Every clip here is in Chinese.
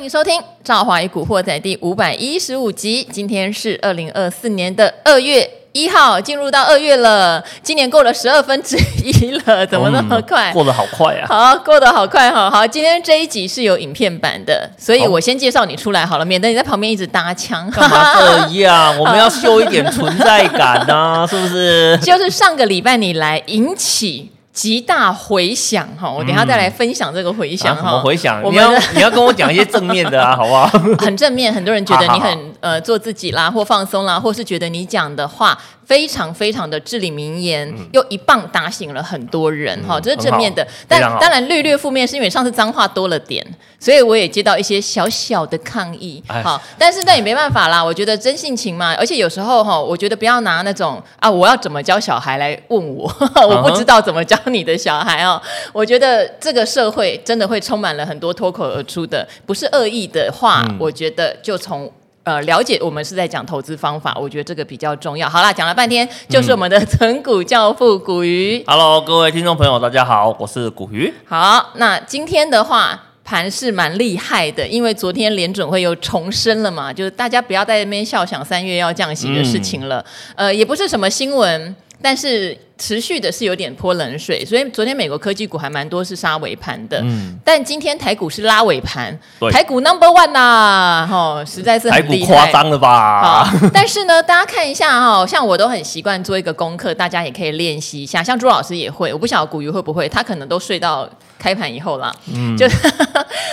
迎收听《赵华与古惑仔》第五百一十五集。今天是二零二四年的二月一号，进入到二月了。今年过了十二分之一 了，怎么那么快？过得好快 啊！好，过得好快哈、好，今天这一集是有影片版的，所以我先介绍你出来好了，免得你在旁边一直搭腔。干嘛这样？我们要秀一点存在 感呐、是不是？ 就是上个礼拜你来引起极大回响哈，我等一下再来分享这个回响啊想什哈。么回想？我你们要的你要跟我讲一些正面的啊，好 不好？很正面，很多人觉得好你好好很呃做自己啦，或放松啦，或是觉得你讲的话非常非常的至理名言，又一棒打醒了很多人哈，这是正面的嗯但很好。非常好当然略略负面，是因为上次脏话多了点，所以我也接到一些小小的抗议。哎好，但是那也没办法啦，我觉得真性情嘛，而且有时候哈，我觉得不要拿那种啊我要怎么教小孩来问我， 我不知道怎么教你的小孩哦。 我觉得这个社会真的会充满了很多脱口而出的，不是恶意的话，我觉得就从。呃，了解我们是在讲投资方法，我觉得这个比较重要。好啦，讲了半天，就是我们的 存股教父古鱼。 Hello，各位听众朋友，大家好，我是古鱼。好，那今天的话。盘是蛮厉害的，因为昨天联准会又重申了嘛，就是大家不要在那边笑想三月要降息的事情了。呃，也不是什么新闻，但是持续的是有点泼冷水，所以昨天美国科技股还蛮多是杀尾盘的。嗯但今天台股是拉尾盘，对台股 number one 啦，哈、实在是台很股厉害。夸张了吧？好，但是呢，大家看一下哈、像我都很习惯做一个功课，大家也可以练习一下。像朱老师也会，我不晓得古鱼会不会，他可能都睡到开盘以后啦。嗯，就是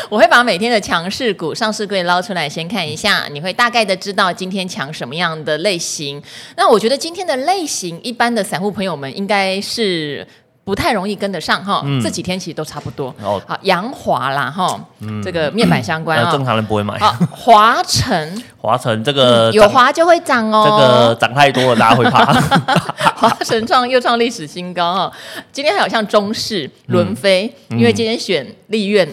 我会把每天的强势股、上市柜捞出来先看一下，你会大概的知道今天强什么样的类型。那我觉得今天的类型，一般的散户朋友们应该是。不太容易跟得上哈，这几天其实都差不多。嗯哦好，洋华啦哈，这个面板相关 那啊正。常人不会买。好，华晨华晨这个有涨华就会涨呃这 个哦。涨太多了，大家会 怕。华晨创又创历史新高哈、今天还有像中视、伦飞，因为今天选立院，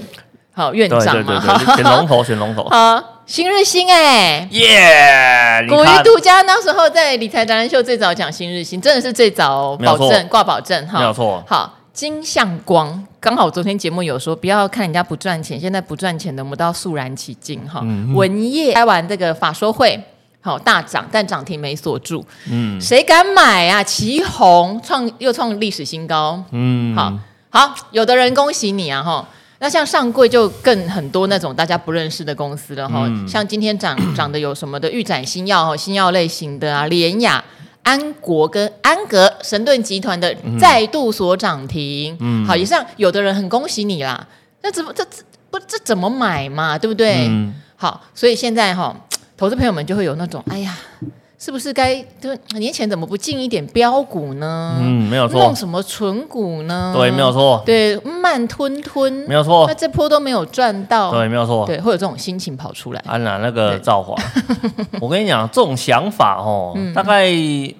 好院嗯对对长对嘛，对，选龙头，选龙头。好新日新哎、耶！你古鱼看，独家那时候在理财达人秀最早讲新日新，真的是最早没有保错证挂保证哈，没有错好。金相光，刚好昨天节目有说，不要看人家不赚钱，现在不赚钱的，我们都要肃然起敬哈。嗯文业开完这个法说会，好大涨，但涨停没锁住，嗯谁敢买啊？旗红创又创历史新高，嗯，好、好，有的人恭喜你啊哈。那像上柜就更很多那种大家不认识的公司了哈、嗯像今天 涨涨的有什么的预展新药哈，新药类型的啊，联雅、安国跟安格神盾集团的嗯再度所涨停，好，以上有的人很恭喜你啦，那怎么这这不这怎么买嘛，对不对？嗯好，所以现在哈、投资朋友们就会有那种，哎呀，是不是该就年前怎么不进一点标股呢？嗯，没有弄错，什么嗯存股呢？对，没有错，对，慢吞吞，没有错那，这波都没有赚到，对，没啊有错。对会有这种心情跑出来。安娜那个对 造化，我跟你讲，这种想法哦，嗯大概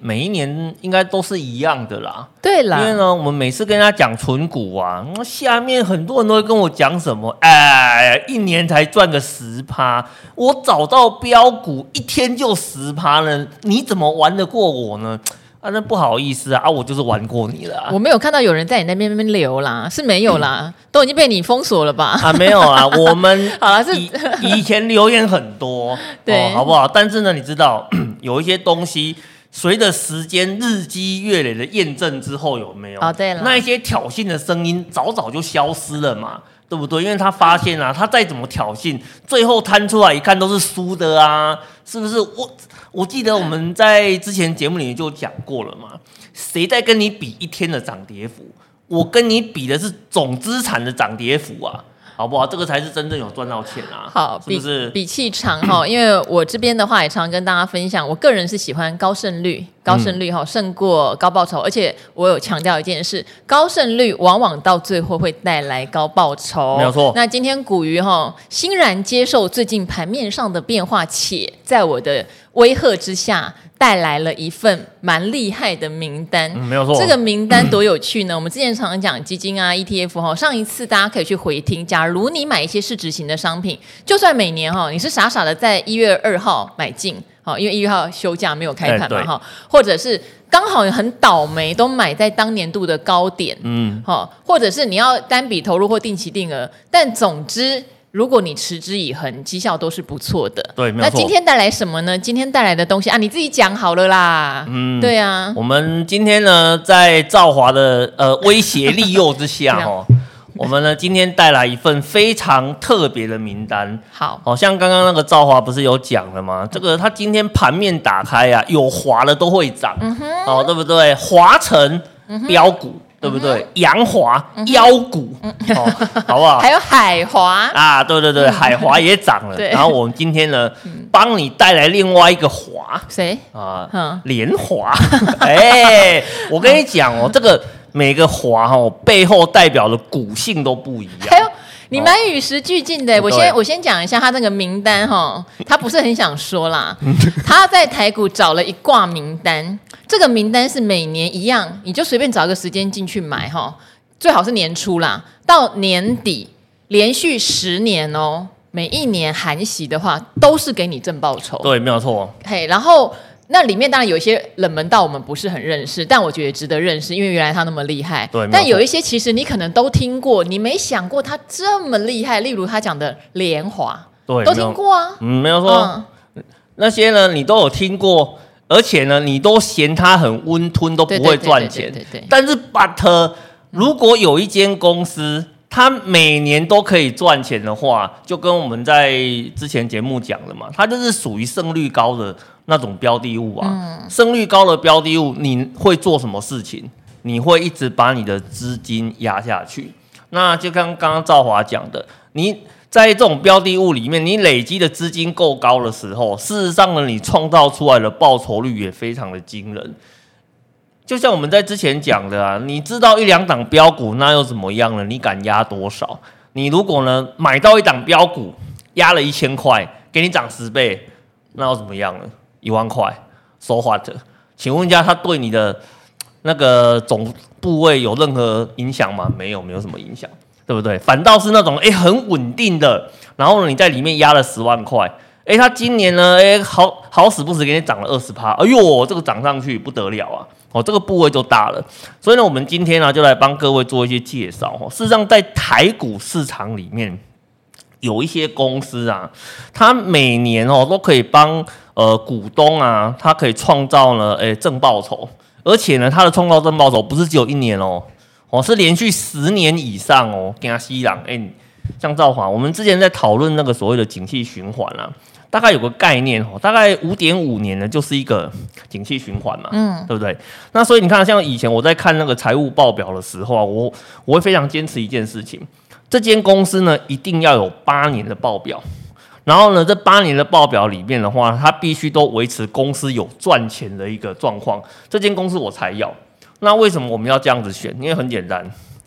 每一年应该都是一样的啦。对因为啦，呢，我们每次跟他讲存股啊，那下面很多人都会跟我讲什么，哎，一年才赚个十趴，我找到标股一天就十趴了，你怎么玩得过我呢？啊，那不好意思啊，啊，我就是玩过你了啊、我没有看到有人在你那边那边留啦，是没有啦，都已经被你封锁了吧？啊，没有 啊，我们好啦是以以前留言很多， 对哦，好不好？但是呢，你知道 有一些东西。随着时间日积月累的验证之后，有没有？哦对了那一些挑衅的声音早早就消失了嘛，对不对？因为他发现啊，他再怎么挑衅，最后摊出来一看都是输的啊，是不是？我我记得我们在之前节目里面就讲过了嘛，谁在跟你比一天的涨跌幅？我跟你比的是总资产的涨跌幅啊，好不好？这个才是真正有赚到钱啊，好，是不是？比比气场哈？因为我这边的话也常跟大家分享，我个人是喜欢高胜嗯率，高胜率哈胜过高报酬，而且我有强调一件事，高胜率往往到最后会带来高报酬，没有错那今天古鱼哈欣然接受最近盘面上的变化，且在我的威吓之下。带来了一份蛮厉害的名单，嗯，没有错，这个名单多有趣呢！我们之前常常讲基金啊、ETF 哈，上一次大家可以去回听。假如你买一些市值型的商品，就算每年哈你是傻傻的在一月二号买进，好，因为一月号休假没有开盘嘛哎对哈，或者是刚好很倒霉都买在当年度的高点，嗯，好，或者是你要单笔投入或定期定额，但总之如果你持之以恒，绩效都是不错的。对没有那错今天带来什么呢？今天带来的东西啊，你自己讲好了啦。嗯，对啊，我们今天呢，在赵华的呃威胁利诱之下 这样哦，我们呢今天带来一份非常特别的名单。好，好、像刚刚那个赵华不是有讲了吗？这个他今天盘面打开啊，有滑的都会涨，哦，对不对？华晨标股，对不对？洋华妖股，哦，好不好？还有海华，啊，对对对，海华也涨了。对然后我们今天呢，帮你带来另外一个华谁？啊嗯，联 华。哎，我跟你讲哦，这个每个华哦背后代表的股性都不一样。还有你蛮与时俱进的。我对先我先讲一下他那个名单哈，他不是很想说啦。他在台股找了一挂名单，这个名单是每年一样，你就随便找一个时间进去买哈，最好是年初啦，到年底连续十年哦。每一年含息的话，都是给你正报酬。对，没有错。嘿，然后那里面当然有一些冷门到我们不是很认识，但我觉得值得认识，因为原来他那么厉害。对没有但有错一些其实你可能都听过，你没想过他这么厉害。例如他讲的莲华，对都没有听过啊。嗯，没有错。嗯，那些呢，你都有听过，而且呢，你都嫌它很温吞，都不会赚钱对对对对对对。但是，but 如果有一间公司，它每年都可以赚钱的话，就跟我们在之前节目讲的嘛，它就是属于胜率高的那种标的物啊。胜率高的标的物，你会做什么事情？你会一直把你的资金压下去。那就刚刚刚赵华讲的，你在这种标的物里面，你累积的资金够高的时候，事实上呢，你创造出来的报酬率也非常的惊人。就像我们在之前讲的啊，你知道一两档标股，那又怎么样呢？你敢压多少？你如果呢买到一档标股，压了一千块，给你涨十倍，那又怎么样呢？一万块，so what？请问一下，他对你的那个总部位有任何影响吗？没有，没有什么影响，对不对？反倒是那种哎、诶很稳定的，然后呢你在里面压了十万块，哎、他今年呢哎、诶好好死不死给你涨了二十趴，哎呦这个涨上去不得了啊！哦，这个部位就大了，所以呢我们今天呢就来帮各位做一些介绍哦。事实上，在台股市场里面。有一些公司啊，它每年哦都可以帮呃股东啊，它可以创造呢，诶、正报酬，而且呢，它的创造正报酬不是只有一年哦，哦是连续十年以上哦，跟他吸朗，诶、你像兆华，我们之前在讨论那个所谓的景气循环啊，大概有个概念哦，大概五点五年呢就是一个景气循环嘛，嗯，对不对？那所以你看，像以前我在看那个财务报表的时候啊，我我会非常坚持一件事情，这间公司呢一定要有八年的报表。然后呢，这八年的报表里面的话，它必须都维持公司有赚钱的一个状况，这间公司我才要。那为什么我们要这样子选？因为很简单，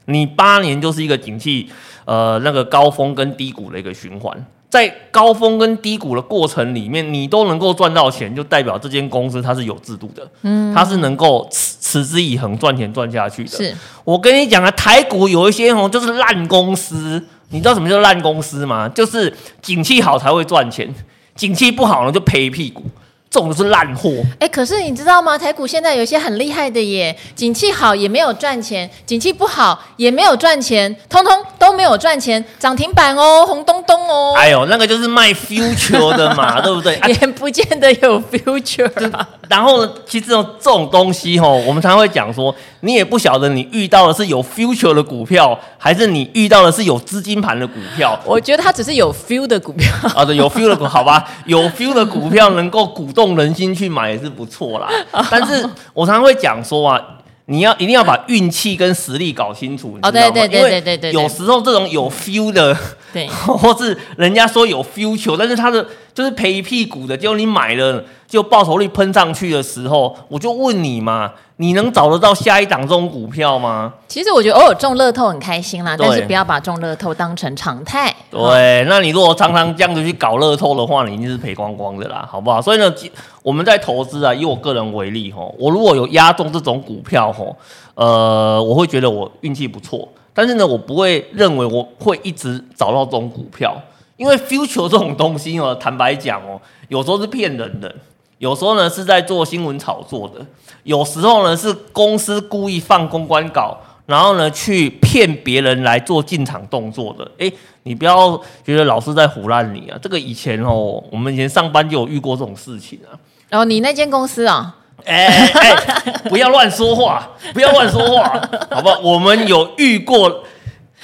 你八年就是一个景气呃那个高峰跟低谷的一个循环，在高峰跟低谷的过程里面，你都能够赚到钱，就代表这间公司它是有制度的，嗯，它是能够持持之以恒赚钱赚下去的。是我跟你讲啊，台股有一些哦，就是烂公司。你知道什么叫烂公司吗？就是景气好才会赚钱，景气不好呢就赔屁股，这种就是烂货。哎，可是你知道吗？台股现在有一些很厉害的耶，景气好也没有赚钱，景气不好也没有赚钱，通通都没有赚钱，涨停板哦，红咚咚哦，哎呦，那个就是卖 future 的嘛，对不对？啊、也不见得有 future 啊。然后呢，其实哦这种东西吼，我们常会讲说，你也不晓得你遇到的是有 future 的股票，还是你遇到的是有资金盘的股票。我觉得它只是有 feel 的 股票。啊，对，有 feel 的股，好吧，有 feel 的股票能够鼓动人心去买也是不错啦。但是我常常会讲说啊。你要一定要把运气跟实力搞清楚，你哦知道对吗对对因为对对对对有时候这种有 feel 的， 对或是人家说有 future，但是他的就是赔一屁股的，结果你买了，就报酬率喷上去的时候，我就问你嘛，你能找得到下一档这种股票吗？其实我觉得偶尔中乐透很开心啦，对但是不要把中乐透当成常态。对，那你如果常常这样子去搞乐透的话，你一定是赔光光的啦，好不好？所以呢，其我们在投资啊，以我个人为例吼，我如果有压中这种股票吼，呃，我会觉得我运气不错，但是呢，我不会认为我会一直找到这种股票，因为 future 这种东西哦，坦白讲哦，有时候是骗人的。有时候呢是在做新闻炒作的，有时候呢是公司故意放公关稿，然后呢去骗别人来做进场动作的。哎，你不要觉得老师在唬烂你啊，这个以前哦，我们以前上班就有遇过这种事情啊。然后你那间公司啊、哎哎哎，不要乱说话，不要乱说话，好不好？我们有遇过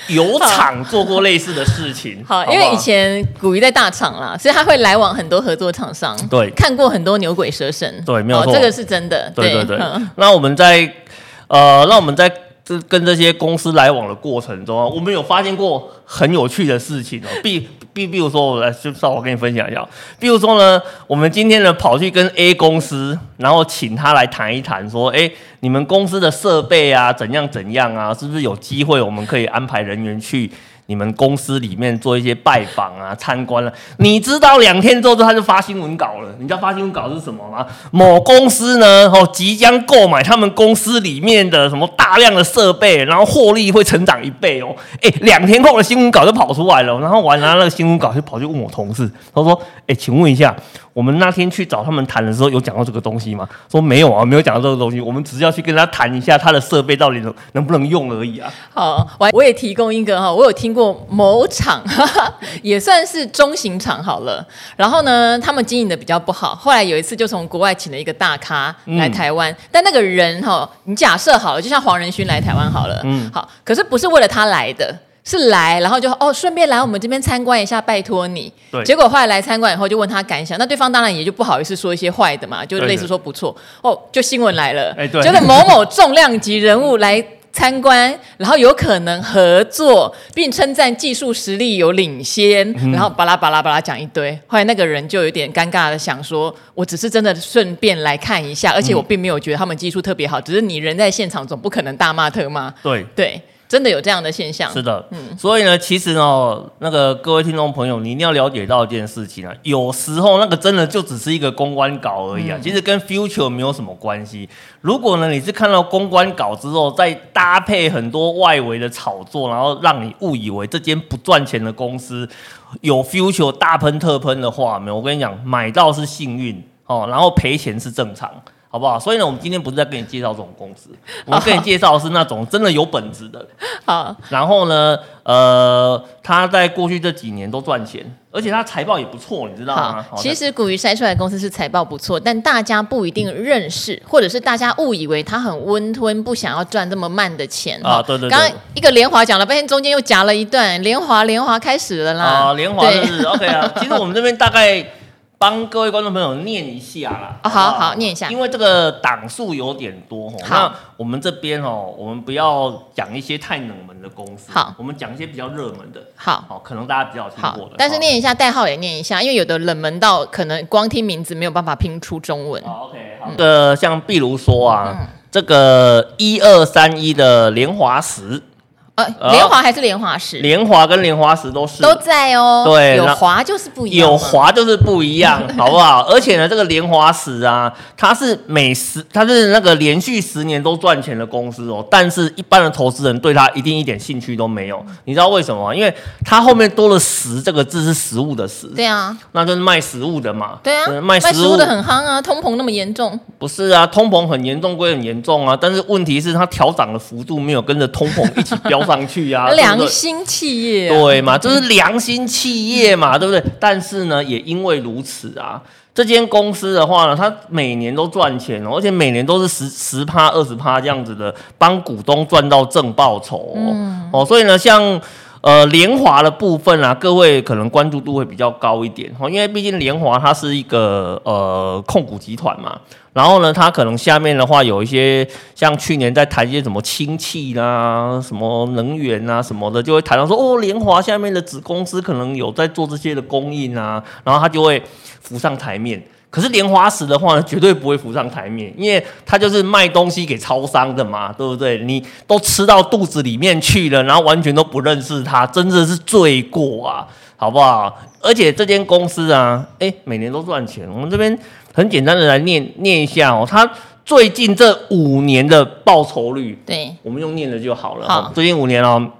有厂做过类似的事情，好，不因为以前古鱼在大厂啦，所以他会来往很多合作厂商，对看过很多牛鬼蛇神，对没有哦错这个是真的，对对对嗯，那我们在呃，那我们在这跟这些公司来往的过程中啊，我们有发现过很有趣的事情哦。比比，比如说，我来就稍我跟你分享一下哦。比如说呢，我们今天呢跑去跟 A 公司，然后请他来谈一谈，说，哎，你们公司的设备啊，怎样怎样啊，是不是有机会我们可以安排人员去？你们公司里面做一些拜访啊、参观了、你知道两天之后他就发新闻稿了。你知道发新闻稿是什么吗？某公司呢，哦，即将购买他们公司里面的什么大量的设备，然后获利会成长一倍哦。哎，两天后的新闻稿就跑出来了，然后我还拿那个新闻稿就跑去问我同事，他说：“哎，请问一下，我们那天去找他们谈的时候有讲到这个东西吗？”说没有啊，没有讲到这个东西，我们只是要去跟他谈一下他的设备到底能能不能用而已啊。好，我还我也提供一个哈，我有听过某厂， 哈哈也算是中型厂好了。然后呢，他们经营的比较不好，后来有一次就从国外请了一个大咖嗯来台湾，但那个人哈，你假设好了，就像黄仁勋来台湾好了，嗯，好，可是不是为了他来的。是来，然后就哦，顺便来我们这边参观一下，拜托你。对结果后来来参观以后，就问他感想，那对方当然也就不好意思说一些坏的嘛，就对类似对说不错哦，就新闻来了，哎对就是某某重量级人物来参观，然后有可能合作，并称赞技术实力有领先，嗯然后巴拉巴拉巴拉讲一堆。后来那个人就有点尴尬的想说：“我只是真的顺便来看一下，而且我并没有觉得他们技术特别好，只是你人在现场，总不可能大骂特骂。对，”对，真的有这样的现象。是的，所以呢，其实哦，那个各位听众朋友，你一定要了解到一件事情啊，有时候那个真的就只是一个公关稿而已啊，其实跟 future 没有什么关系。如果呢，你是看到公关稿之后，再搭配很多外围的炒作，然后让你误以为这间不赚钱的公司有 future 大喷特喷的话，没有，我跟你讲，买到是幸运哦，然后赔钱是正常。好不好？所以呢，我们今天不是在跟你介绍这种公司，我们跟你介绍的是那种真的有本质的，好，然后呢，呃，他在过去这几年都赚钱，而且他财报也不错，你知道吗？好，其实古鱼筛出来的公司是财报不错，但大家不一定认识，或者是大家误以为他很温吞，不想要赚这么慢的钱啊哈对对对刚刚一个联华讲了半天，中间又夹了一段联华，联华开始了啦。啊，联华对就是 OK 啊。其实我们这边大概帮各位观众朋友念一下啦。哦不好好念一下因为这个档数有点多哦。好那我们这边哦，我们不要讲一些太冷门的公司，好我们讲一些比较热门的，好。好，可能大家比较有听好过的。，但是好念一下代号也念一下，因为有的冷门到可能光听名字没有办法拼出中文。好，OK，好。嗯这个像比如说啊，这个一二三一的联华石，呃，哦联华还是联华石联华跟联华石都是都在哦。对有那华就是不一样嘛。有滑就是不一样，好不好？而且呢，这个莲花石啊，它是每十，它是那个连续十年都赚钱的公司哦。但是，一般的投资人对它一定一点兴趣都没有。你知道为什么吗？因为它后面多了“食”这个字是食物的“食对啊，”，那就是卖食物的嘛。对啊，卖食物的很夯啊，通膨那么严重。不是啊，通膨很严重归很严重啊，但是问题是它调涨的幅度没有跟着通膨一起飙上去啊，对不 良对心企业、啊。嗯对嘛，这是良心企业嘛，对不对？但是呢，也因为如此啊，这间公司的话呢，它每年都赚钱哦，而且每年都是十十趴、二十趴这样子的，帮股东赚到正报酬哦。嗯哦所以呢，像。呃，联华的部分啊，各位可能关注度会比较高一点哦，因为毕竟联华它是一个呃控股集团嘛，然后呢，它可能下面的话有一些像去年在谈一些什么氢气啦、什么能源啊什么的，就会谈到说哦，联华下面的子公司可能有在做这些的供应啊，然后它就会浮上台面。可是莲花石的话呢，绝对不会浮上台面，因为它就是卖东西给超商的嘛，对不对？你都吃到肚子里面去了，然后完全都不认识它，真的是罪过啊，好不好？而且这间公司啊，哎，每年都赚钱。我们这边很简单的来念念一下哦，它最近这五年的报酬率，对我们用念的就好了、好哦。最近五年哦，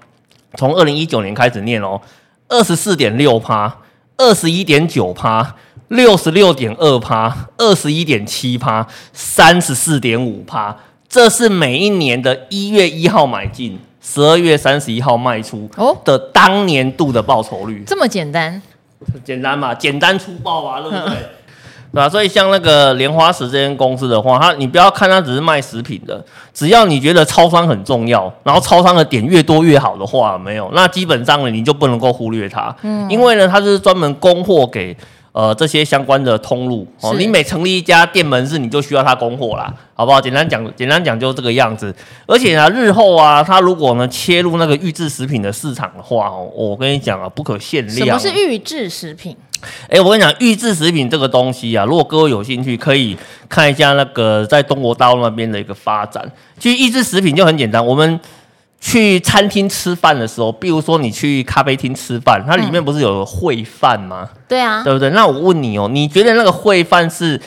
从二零一九年开始念哦，二十四点六趴，二十一点九趴，六十六点二趴，二十一点七趴，三十四点五趴。这是每一年的一月一号买进，十二月三十一号卖出哦，的当年度的报酬率，这么简单， 简单嘛，简单粗暴 啊，对不嗯对？对啊，所以像那个莲花石这间公司的话，它你不要看它只是卖食品的，只要你觉得超商很重要，然后超商的点越多越好的话，有没有，那基本上呢你就不能够忽略它，嗯，因为呢它是专门供货给呃这些相关的通路哦，是你每成立一家店门市，你就需要它供货啦，好不好？简单讲，简单讲就这个样子。而且呢，日后啊，它如果呢切入那个预制食品的市场的话哦，我跟你讲啊，不可限量。什么是预制食品？哎、我跟你讲，预制食品这个东西啊，如果各位有兴趣，可以看一下那个在中国大陆那边的一个发展。其实预制食品就很简单，我们去餐厅吃饭的时候，比如说你去咖啡厅吃饭，它嗯里面不是有烩饭吗？对啊，对不对？那我问你哦，你觉得那个烩饭是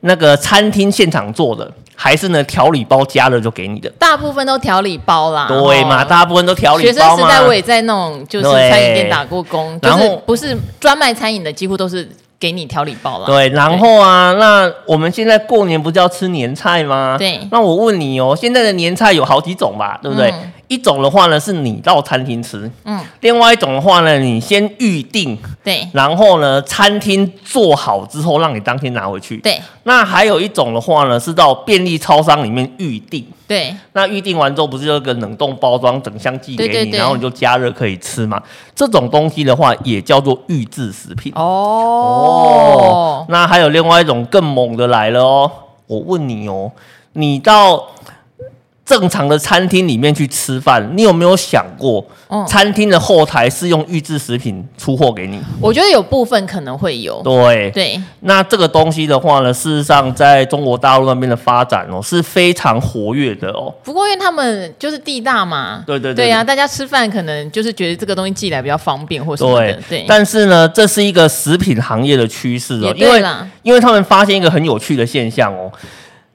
那个餐厅现场做的，还是呢调理包加热就给你的？大部分都调理包啦，对嘛，哦大部分都调理学生包时嘛。代我也在那种就是对餐饮店打过工，就然后是不是专卖餐饮的，几乎都是给你调理包啦。对，然后啊，那我们现在过年不是要吃年菜吗？对那我问你哦，现在的年菜有好几种吧，对不对？嗯一种的话呢，是你到餐厅吃，嗯，另外一种的话呢，你先预定，对然后呢，餐厅做好之后让你当天拿回去。对那还有一种的话呢，是到便利超商里面预定。对，那预定完之后，不是有一个冷冻包装整箱寄给你，对对对然后你就加热可以吃嘛？这种东西的话，也叫做预制食品。哦哦，，那还有另外一种更猛的来了哦。我问你哦，你到正常的餐厅里面去吃饭，你有没有想过，嗯餐厅的后台是用预制食品出货给你？我觉得有部分可能会有，对，哦对，那这个东西的话呢，事实上在中国大陆那边的发展哦是非常活跃的哦。不过因为他们就是地大嘛，对对对对呀、啊大家吃饭可能就是觉得这个东西寄来比较方便或什么的，对，但是呢，这是一个食品行业的趋势也哦，因对为啦，因为他们发现一个很有趣的现象哦，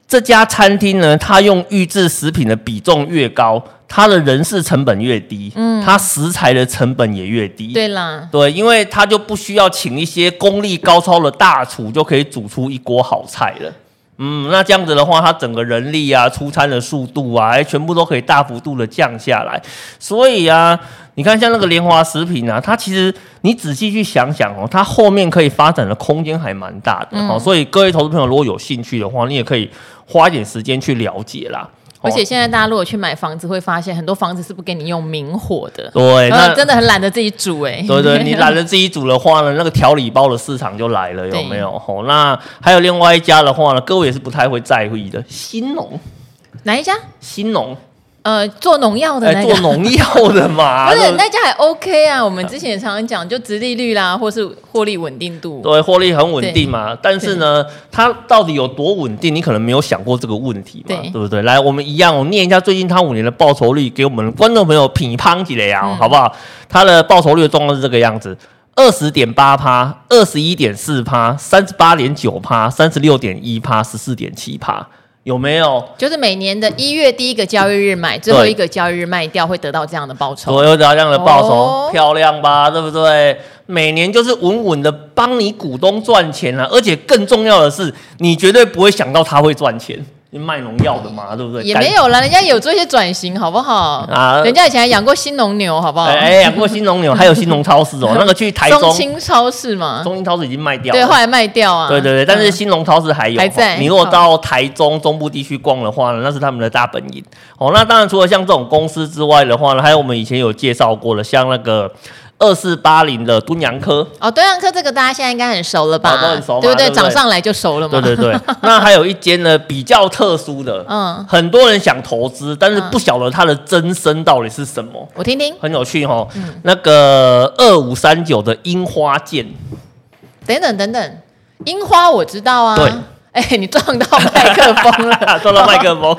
这家餐厅呢，它用预制食品的比重越高，它的人事成本越低，嗯，它食材的成本也越低。对啦，对，因为它就不需要请一些功力高超的大厨就可以煮出一锅好菜了。嗯，那这样子的话，它整个人力啊、出餐的速度啊，哎，全部都可以大幅度的降下来。所以啊，你看像那个莲花食品啊，它其实你仔细去想想哦，它后面可以发展的空间还蛮大的、嗯哦。所以各位投资朋友如果有兴趣的话，你也可以花一点时间去了解啦。而且哦现在大家如果去买房子，会发现很多房子是不给你用明火的，对，然那后真的很懒得自己煮、哎，对对，你懒得自己煮的话呢，那个调理包的市场就来了，有对没有？吼、那还有另外一家的话呢，各位也是不太会在意的，新农，哪一家？新农， 呃，做农药的哎、那个做。农药的 嘛，而且对那家还 OK 啊，我们之前也常常讲，就殖利率啦，或是获利稳定度，对，获利很稳定嘛。但是呢，它到底有多稳定，你可能没有想过这个问题嘛，对对不对？来，我们一样，我念一下最近它五年的报酬率给我们观众朋友品乓几类啊，好不好？它的报酬率的状况是这个样子。二十点八趴，二十一点四趴，三十八点九趴，三十六点一趴，十四点七趴，有没有？就是每年的一月第一个交易日买，最后一个交易日卖掉，会得到这样的报酬。所有的这样的报酬、哦漂亮吧，对不对？每年就是稳稳的帮你股东赚钱啊，而且更重要的是，你绝对不会想到他会赚钱，你卖农药的嘛，对不对？也感没。有啦，人家有做一些转型，好不好？啊人家以前还养过新农牛，好不好？哎哎，养过新农牛，还有新农超市 哦，那个去台中中青超市嘛，中兴超市已经卖掉对，了后。来卖掉啊。对对对，但是嗯新农超市还有，哦还在你如果到台中中部地区逛的话呢，那是他们的大本营。哦，那当然除了像这种公司之外的话呢，还有我们以前有介绍过的，像那个二四八零的敦洋科，哦，对岸科这个大家现在应该很熟了吧？啊都很熟嘛对不对不对涨上来就熟了嘛。对对 对，那还有一间呢比较特殊的，嗯，很多人想投资，但是不晓得它的真身到底是什么，我听听，很有趣哦。嗯那个二五三九的樱花剑，等等等等，樱花我知道啊。对，哎， 你撞到麦克风 啊了。撞到麦 克风，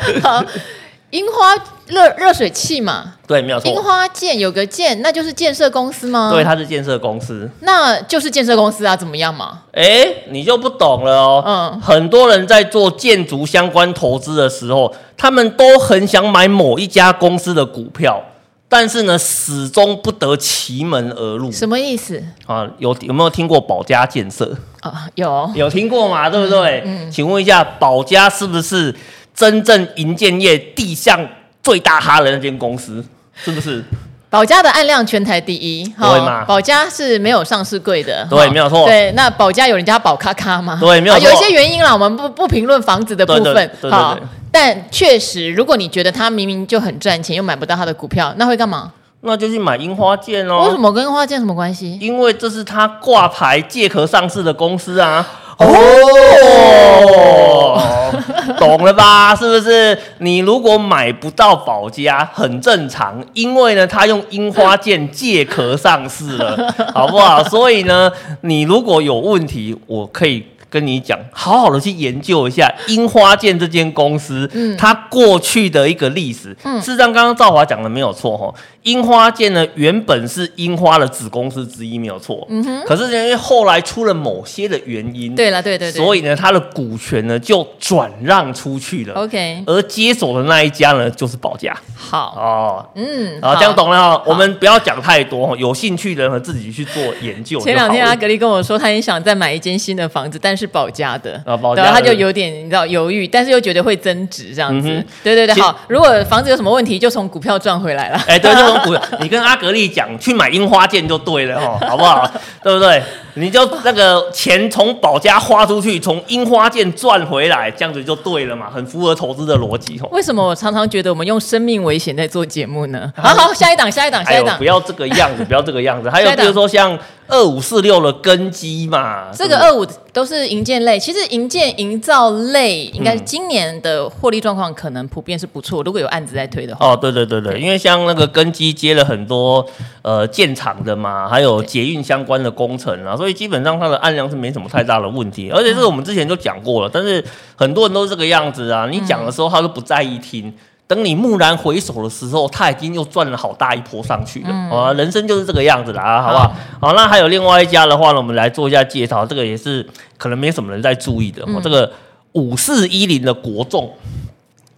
樱花热热水器嘛，对，没有樱错，花建有个建，那就是建设公司吗？对，，它是建设公司。那就是建设公司啊，怎么样嘛？哎，你就不懂了哦。嗯很多人在做建筑相关投资的时候，他们都很想买某一家公司的股票，但是呢，始终不得其门而入什么意思啊。有有没有听过保家建设？啊？有嗯有听过嘛？对不对？请问一下，保家是不是真正银建业地向最大哈的那间公司，是不是？保家的案量全台第一，对嘛保家是没有上市柜的，对哈没有错对，那保家有人家保咖咖吗？对没有啊错有一些原因啦，我们不不评论房子的部对对分对，对好对但确实，如果你觉得他明明就很赚钱，又买不到他的股票，那会干嘛？那就去买樱花剑哦。为什么跟花见什么关系？因为这是他挂牌借壳上市的公司啊。哦哦， 懂了吧？是不是？你如果买不到保家，很正常，因为呢，他用樱花剑借壳上市 了，好不好？所以呢，你如果有问题，我可以。跟你讲，好好的去研究一下樱花剑这间公司，它过去的一个历史。事实上，刚刚赵华讲的没有错哦。樱花剑呢，原本是樱花的子公司之一，没有错。嗯哼。可是因为后来出了某些的原因，对了，对对对，所以以呢，它的股权呢就转让出去了。 OK，而接手的那一家呢，就是保家好，哦。嗯，啊，这样。懂了哦。我们不要讲太多哦，有兴趣的人呢自己去做研究就好了。前两天阿格力跟我说，他也想再买一间新的房子，但是保价的，啊保价的然后他就有点你知道犹豫，但是又觉得会增值这样子。嗯哼对对对，其好，如果房子有什么问题，就从股票赚回 来了。哎、对，这种股，你跟阿格力讲去买樱花剑就对了哦，好不好？对 不对？你就那个钱从保家花出去，从樱花剑赚回来，这样子就对了嘛，很符合投资的逻辑哦。为什么我常常觉得我们用生命危险在做节目呢？好好，下一档，下一档，哎啊下一呦，档不。要这个样子，不要这个样子。还有下一比档如说像二五四六的根基嘛，这个是不是二五都是营建类，其实营建营造类嗯应该今年的获利状况可能普遍是不错，如果有案子在推的话。哦，对对对对，因为像那个根基接了很多呃建厂的嘛，还有捷运相关的工程啊，所以基本上它的案量是没什么太大的问题。而且这个我们之前就讲过了，但是很多人都是这个样子啊，你讲的时候他都不在意听。等你蓦然回首的时候，他已经又赚了好大一波上去了、嗯啊！人生就是这个样子的啊，好不好？好，那还有另外一家的话呢，我们来做一下介绍，这个也是可能没什么人在注意的。嗯哦，这个五四一零的国众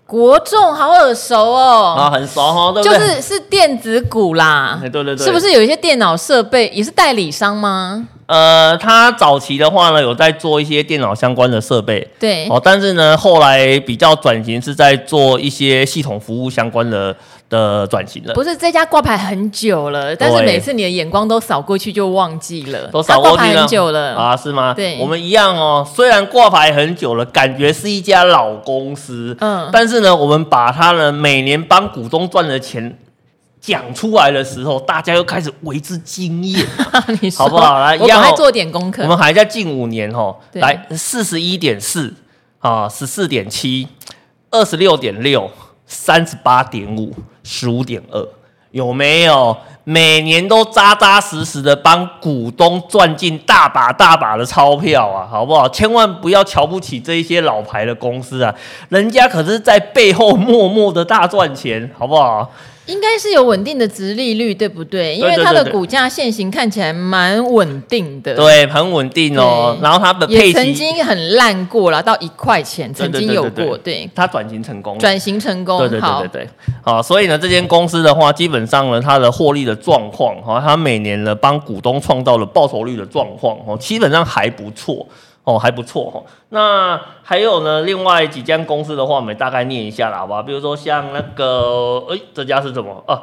国众好耳熟哦，啊，很熟哈、哦，对不就对？是是电子股啦，哎对对对是不是有一些电脑设备也是代理商吗？呃，他早期的话呢，有在做一些电脑相关的设备，对，哦，但是呢，后来比较转型是在做一些系统服务相关的的转型了。不是这家挂牌很久了，但是对每次你的眼光都扫过去就忘记了，都它扫过挂去牌了很久了，啊，是吗？对我们一样哦。虽然挂牌很久了，感觉是一家老公司，嗯但是呢，我们把它呢每年帮股东赚的钱讲出来的时候，大家又开始为之惊艳。 你说好不好来一我赶样哦快做点功 我课，们还在近五年哦，对来四十一点四啊，十四点七，二十六点六，三十八点五，十五点二，有没有？每年都扎扎实实的帮股东赚进大把大把的钞票啊，好不好？千万不要瞧不起这一些老牌的公司啊，人家可是在背后默默的大赚钱，好不好？应该是有稳定的值利率，对不对？因对为对它的对对股价现行看起来蛮稳定的，，对，很稳定哦。对然后它的也配曾息，经很烂过啦，到一块钱对曾对经对有对过，对对，它转型成功了。转型成功，对对哦好对对，对，好，所以呢，这间公司的话，基本上呢，它的获利的状况，哈、它每年呢帮股东创造了报酬率的状况，哦，基本上还不错，哦，还不错，哦。那还有呢，另外几间公司的话，我们大概念一下啦，好吧？比如说像那个，哎，这家是什么啊？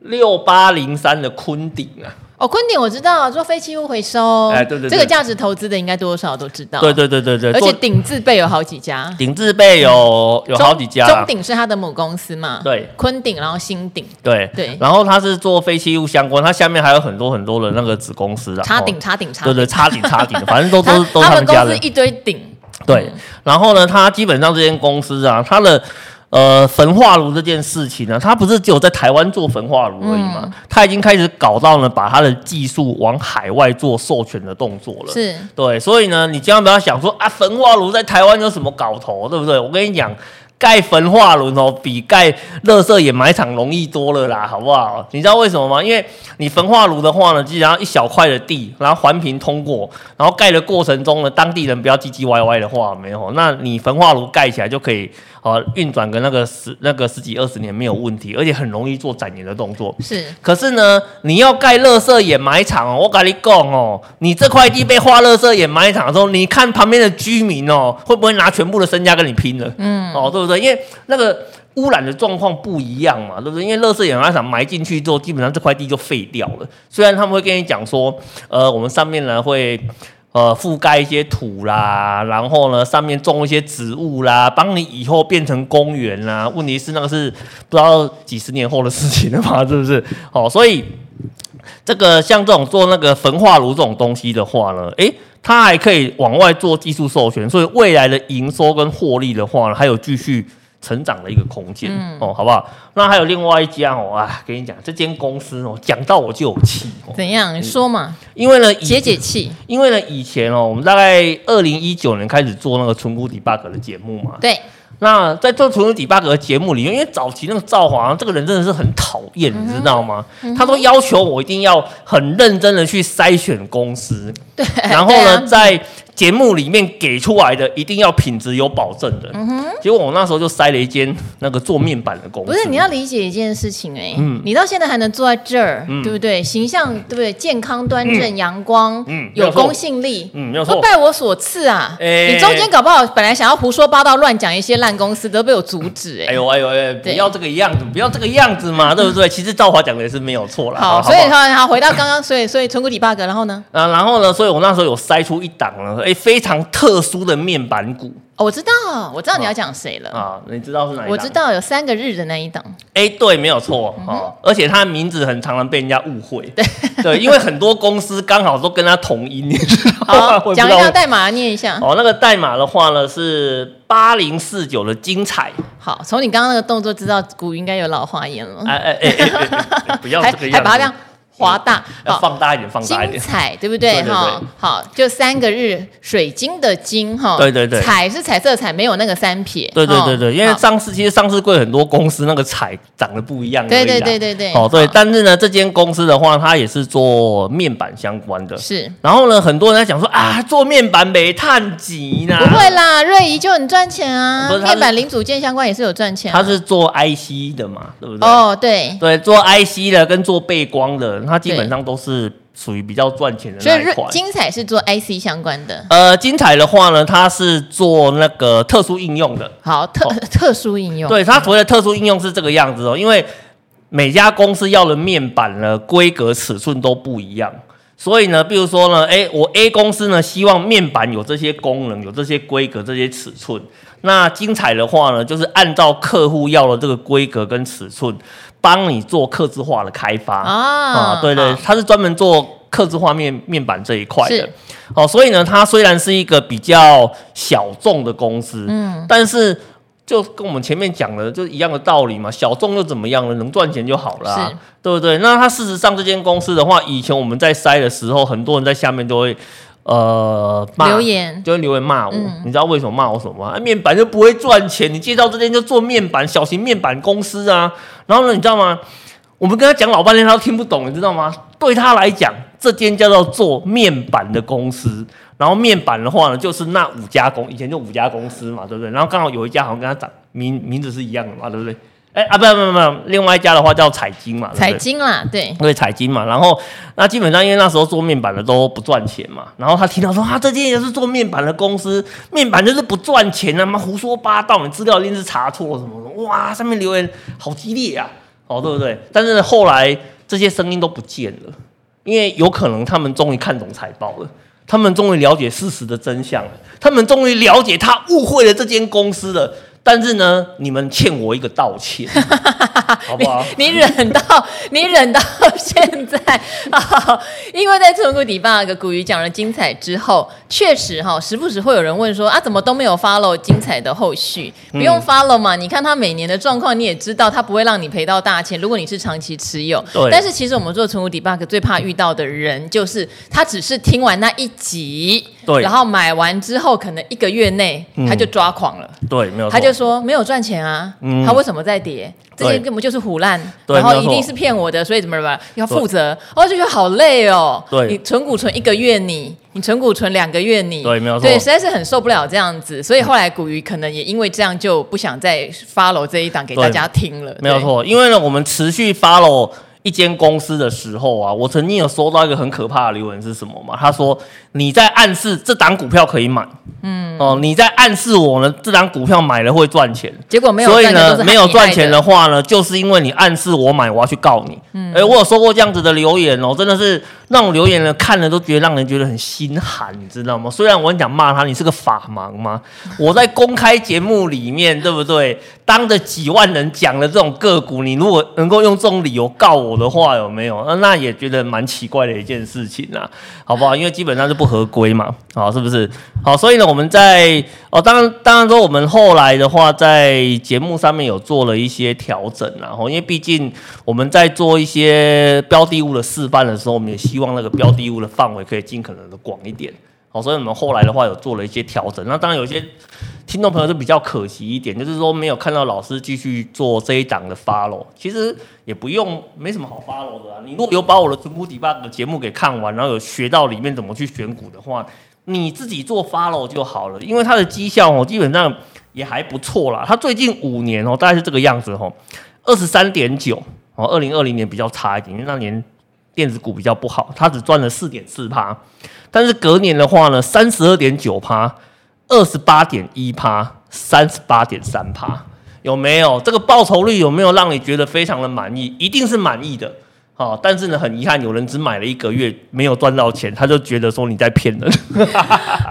六八零三的昆鼎啊，哦，昆鼎我知道，做废弃物回收，哎对对对这个价值投资的应该多少都知道，对，对对对对，哦而且呃做鼎字辈有好几家，鼎字辈有有好几家啦，中鼎是它的母公司嘛，，对，昆鼎，然后新鼎，对对然后它是做废弃物相关，它下面还有很多很多的那个子公司啊，插哦鼎插鼎插对鼎，对，差顶差顶，反正都他 都都他是他们们公家司的。一堆鼎，对，然后呢，他基本上这间公司啊，他的呃焚化炉这件事情呢，他不是只有在台湾做焚化炉而已嘛，嗯他已经开始搞到呢，把他的技术往海外做授权的动作了。嗯是对，所以呢，你千万不要想说啊，焚化炉在台湾有什么搞头，对不对？我跟你讲，盖焚化炉哦，比盖垃圾掩埋场容易多了啦，好不好？你知道为什么吗？因为你焚化炉的话呢，基本上一小块的地，然后环评通过，然后盖的过程中呢，当地人不要唧唧歪歪的话，没有，那你焚化炉盖起来就可以。呃，运转个那个十那个十几二十年没有问题，而且很容易做展延的动作。是，可是呢，你要盖垃圾掩埋场哦，我跟你讲哦，你这块地被划垃圾掩埋场的时候，你看旁边的居民哦，会不会拿全部的身家跟你拼了？嗯，哦，对不对？对？因为那个污染的状况不一样嘛，对不对？因为垃圾掩埋场埋进去之后，基本上这块地就废掉了。虽然他们会跟你讲说，呃，我们上面呢会。呃，覆盖一些土啦，然后呢，上面种一些植物啦，帮你以后变成公园啦。问题是那个是不知道几十年后的事情了嘛，是不是？哦，所以这个像这种做那个焚化炉这种东西的话呢，诶，它还可以往外做技术授权，所以未来的营收跟获利的话呢，还有继续成长的一个空间、哦，好不好？那还有另外一家哦，啊，跟你讲，这间公司哦，讲到我就有气哦，怎样说嘛？因为呢，以解解气，因为呢，以前哦，我们大概二零一九年开始做那个纯股 debug 的节目嘛。对，那在做纯股 debug 的节目里面，因为早期那个赵华这个人真的是很讨厌，嗯你知道吗？他都要求我一定要很认真的去筛选公司，对，然后呢，对啊在节目里面给出来的一定要品质有保证的。嗯结果我那时候就筛了一间那个做面板的公司，不是你要理解一件事情哎、嗯你到现在还能坐在这儿，对不对？形象对不对？健康端正、阳光，嗯没有有错公信力，嗯没有都错拜我所赐啊！哎你中间搞不好本来想要胡说八道、乱讲一些烂公司，都被我阻止哎、哎呦哎呦哎呦，不对要这个样子，不要这个样 子嘛，对不对？其实赵华讲的也是没有错啦。好，不所以好好回到刚刚，所以所以存股 debug，然后呢？啊，然后呢，所以我那时候有筛出一档呢，哎，非常特殊的面板股哦，我知道，我知道你要讲谁了，啊，你知道是哪一档？我知。道有嗯三个日的那一 档，哎，对，没有错啊、哦而且它的名字很常常被人家误会。 对，因为很多公司刚好都跟它同音，你知道吗？ 我好，也不讲知一下道。代码，念一下。哦，那个代码的话呢是八零四九的精彩。好，从你刚刚那个动作知道股应该有老花眼了，哎哎哎哎哎，哎不要还这个样子，嗯还把它这样划大，要好。放大一点，放大一精点。彩，对不对？对对对哈，好，就三个日，水晶的晶，哈，对对对彩是彩色的彩，没有那个三撇。对对对哦对，因为好上市其实上市柜很多公司那个彩长得不一样而已啊啦。对对对对对哦对好，但是呢，这间公司的话，它也是做面板相关的。是然后呢，很多人在讲说啊，做面板没碳级呢。不会啦，瑞仪就很赚钱啊不是，他是面板零组件相关也是有赚钱啊。它是做 IC 的嘛，对不对？哦，对，对，做 IC 的跟做背光的，它基本上都是属于比较赚钱的所以那一瑞块。精彩是做 IC 相关的，呃，精彩的话呢，它是做那个特殊应用的。好特 特殊应用。哦对，它所谓的特殊应用是这个样子哦，因为每家公司要的面板呢规格尺寸都不一样，所以呢，比如说呢，诶，我 A 公司呢希望面板有这些功能、有这些规格、这些尺寸。那精彩的话呢，就是按照客户要的这个规格跟尺寸，帮你做客制化的开发啊哦对对好，它是专门做客制化面面板这一块的是。哦，所以呢，它虽然是一个比较小众的公司，嗯，但是就跟我们前面讲的就一样的道理嘛，小众又怎么样呢？能赚钱就好了、啊是，对不对？那它事实上这间公司的话，以前我们在筛的时候，很多人在下面都会。呃，骂留言嗯就会留言骂我，你知道为什么骂我什么吗？啊面板就不会赚钱，你介绍这间就做面板，小型面板公司啊。然后呢，你知道吗？我们跟他讲老半天，他都听不懂，你知道吗？对他来讲，这间叫做做面板的公司，然后面板的话呢，就是那五家公，以前就五家公司嘛，对不对？然后刚好有一家好像跟他长名名字是一样的嘛，对不对？哎啊，不不不不，另外一家的话叫彩晶嘛，对不对彩晶啦，对，对彩金嘛，然后那基本上因为那时候做面板的都不赚钱嘛，然后他听到说啊，这间也是做面板的公司，面板就是不赚钱啊，妈胡说八道，你资料一定是查错什么的，哇，上面留言好激烈啊，哦，对不对？但是后来这些声音都不见了，因为有可能他们终于看懂财报了。他们终于了解事实的真相了，他们终于了解他误会了这间公司了。但是呢，你们欠我一个 道歉，好不好？ 你忍到你忍到现在啊、因为在存股底 bug 古语讲了精彩之后，确实哈、时不时会有人问说啊，怎么都没有 follow 精彩的后续？嗯不用 follow 嘛，你看他每年的状况，你也知道他不会让你赔到大钱，如果你是长期持有。对但是其实我们做存股底 bug 最怕遇到的人，就是他只是听完那一集，对嗯然后买完之后，可能一个月内他就抓狂了。对，没有错。他就说没有赚钱啊，他为什么在跌？这些嗯对根本就是胡乱，对然后没有一错定是骗我的，所以怎么怎么要负责，哦，就觉得好累哦。对你存股存一个月你，你存股存两个月你，对没有错对，实在是很受不了这样子，所以后来古鱼可能也因为这样就不想再 follow 这一档给对大家听了，没有对。错，因为呢，我们持续 follow 一间公司的时候啊，我曾经有收到一个很可怕的留言是什么嘛？他说你在暗示这档股票可以买，嗯，哦，你在暗示我们这档股票买了会赚钱，结果没有所以赚的都呢是，没有赚钱了。的话呢，就是因为你暗示我买，我要去告你。嗯，哎、我有收过这样子的留言哦，真的是那种留言呢，看了都觉得让人觉得很心寒，你知道吗？虽然我很想骂他，你是个法 盲吗？我在公开节目里面，对不对？当着几万人讲了这种个股，你如果能够用这种理由告我的话，有没有？那那也觉得蛮奇怪的一件事情啊，好不好？因为基本上是不合规嘛，好，是不是？好，所以呢，我们在哦，当然，当然说我们后来的话，在节目上面有做了一些调整啦，然后因为毕竟我们在做一些标的物的示范的时候，我们也希望那个标的物的范围可以尽可能的广一点。好，所以我们后来的话有做了一些调整。那当然有些听众朋友就比较可惜一点，就是说没有看到老师继续做这一档的 follow，其实也不用，没什么好 follow 的啊。你如果有把我的存股 debug 的节目给看完，然后有学到里面怎么去选股的话，你自己做 follow 就好了，因为它的绩效哦，基本上也还不错啦。它最近五年哦，大概是这个样子哦，二十三点九哦，二零二零年比较差一点，因为那年电子股比较不好，它只赚了四点四趴，但是隔年的话呢，三十二点九趴，二十八点一趴，三十八点三趴，有没有这个报酬率有没有让你觉得非常的满意？一定是满意的。好、但是呢，很遗憾，有人只买了一个月，没有赚到钱，他就觉得说你在骗人。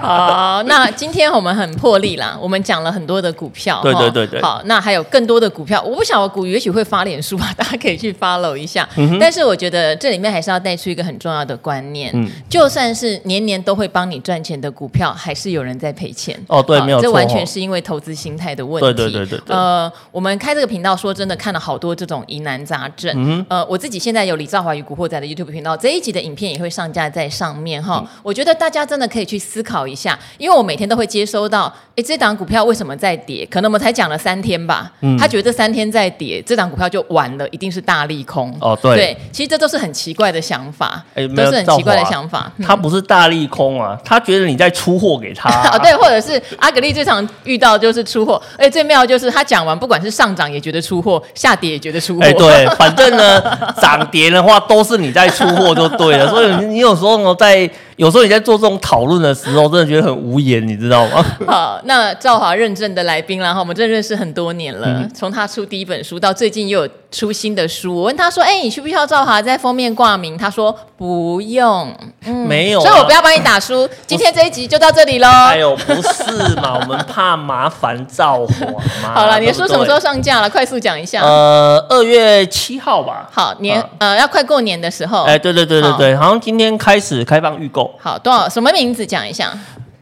好，那今天我们很破例啦，我们讲了很多的股票。对哈对对对好，那还有更多的股票，我不晓得股也许会发脸书吧，大家可以去 follow 一下。嗯但是我觉得这里面还是要带出一个很重要的观念，嗯就算是年年都会帮你赚钱的股票，还是有人在赔钱。哦对好没有这错完哦全是因为投资心态的问题。对对对对对呃，我们开这个频道，说真的，看了好多这种疑难杂症。嗯呃，我自己现在有李兆华与古惑仔的 YouTube 频道，这一集的影片也会上架在上面哈。嗯我觉得大家真的可以去思考一下，因为我每天都会接收到，哎，这档股票为什么在跌？可能我们才讲了三天吧，嗯他觉得这三天在跌，这档股票就完了，一定是大利空。哦对其实这都是很奇怪的想法，哎没都有是很兆奇怪的华想法。嗯他不是大利空啊，他觉得你在出货给 他、啊，对，或者是阿格丽最常遇到就是出货，哎，最妙就是他讲完，不管是上涨也觉得出货，下跌也觉得出货，哎、对，反正呢，涨跌的话都是你在出货就对了。所以你你有时候呢，在有时候你在做这种讨论的时候，真的觉得很无言，你知道吗？ 好，那赵华认证的来宾啦，然后我们真的认识很多年嗯了，从他出第一本书到最近又有出新的书，我问他说：“哎、你需不需要赵华在封面挂名？”他说：“不用。没有、啊，嗯所以我不要帮你打 书，今天这一集就到这里喽。哎呦，不是嘛，我们怕麻烦造火 嘛。好了，你的对不书什么时候对？上架了？快速讲一下。啊呃，二月七号吧。好，年、啊呃要快过年的时候，哎、对对对对对，好像今天开始开放预购，好多少什么名字讲一下？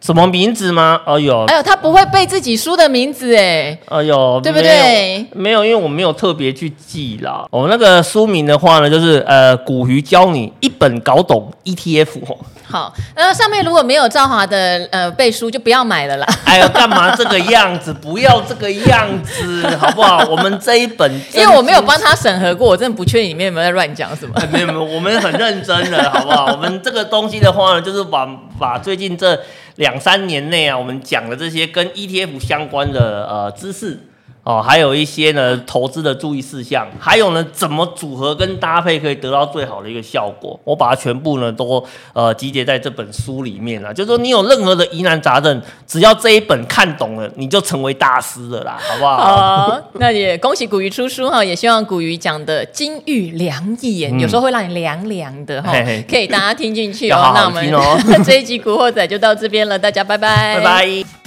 什么名字吗？哎呦，哎呦，他不会背自己书的名字哎。哎呦，对不没有对？没有，因为我没有特别去记啦。我、那个书名的话呢，就是呃，古鱼教你一本搞懂 ETF 哦。好，那上面如果没有赵华的呃背书，就不要买 了啦。哎呦，干嘛这个样子？不要这个样子，好不好？我们这一本真心， 因为我没有帮他审核过，我真的不确定里面有没有在乱讲什么。 哎。没有没有，我们很认真的，好不好？ 我们这个东西的话呢，就是把把最近这两三年内啊，我们讲的这些跟 ETF 相关的呃知识哦，还有一些呢投资的注意事项，还有呢怎么组合跟搭配可以得到最好的一个效果，我把它全部呢都呃集结在这本书里面啊了。就是说你有任何的疑难杂症，只要这一本看懂了，你就成为大师了啦，好不好？好，那也恭喜古鱼出书哈，也希望古鱼讲的金玉良言，有时候会让你凉凉的哈嗯嘿嘿，可以大家听进去 要哦好。好那我们 听哦这一集《古惑仔》就到这边了，大家拜拜，拜拜。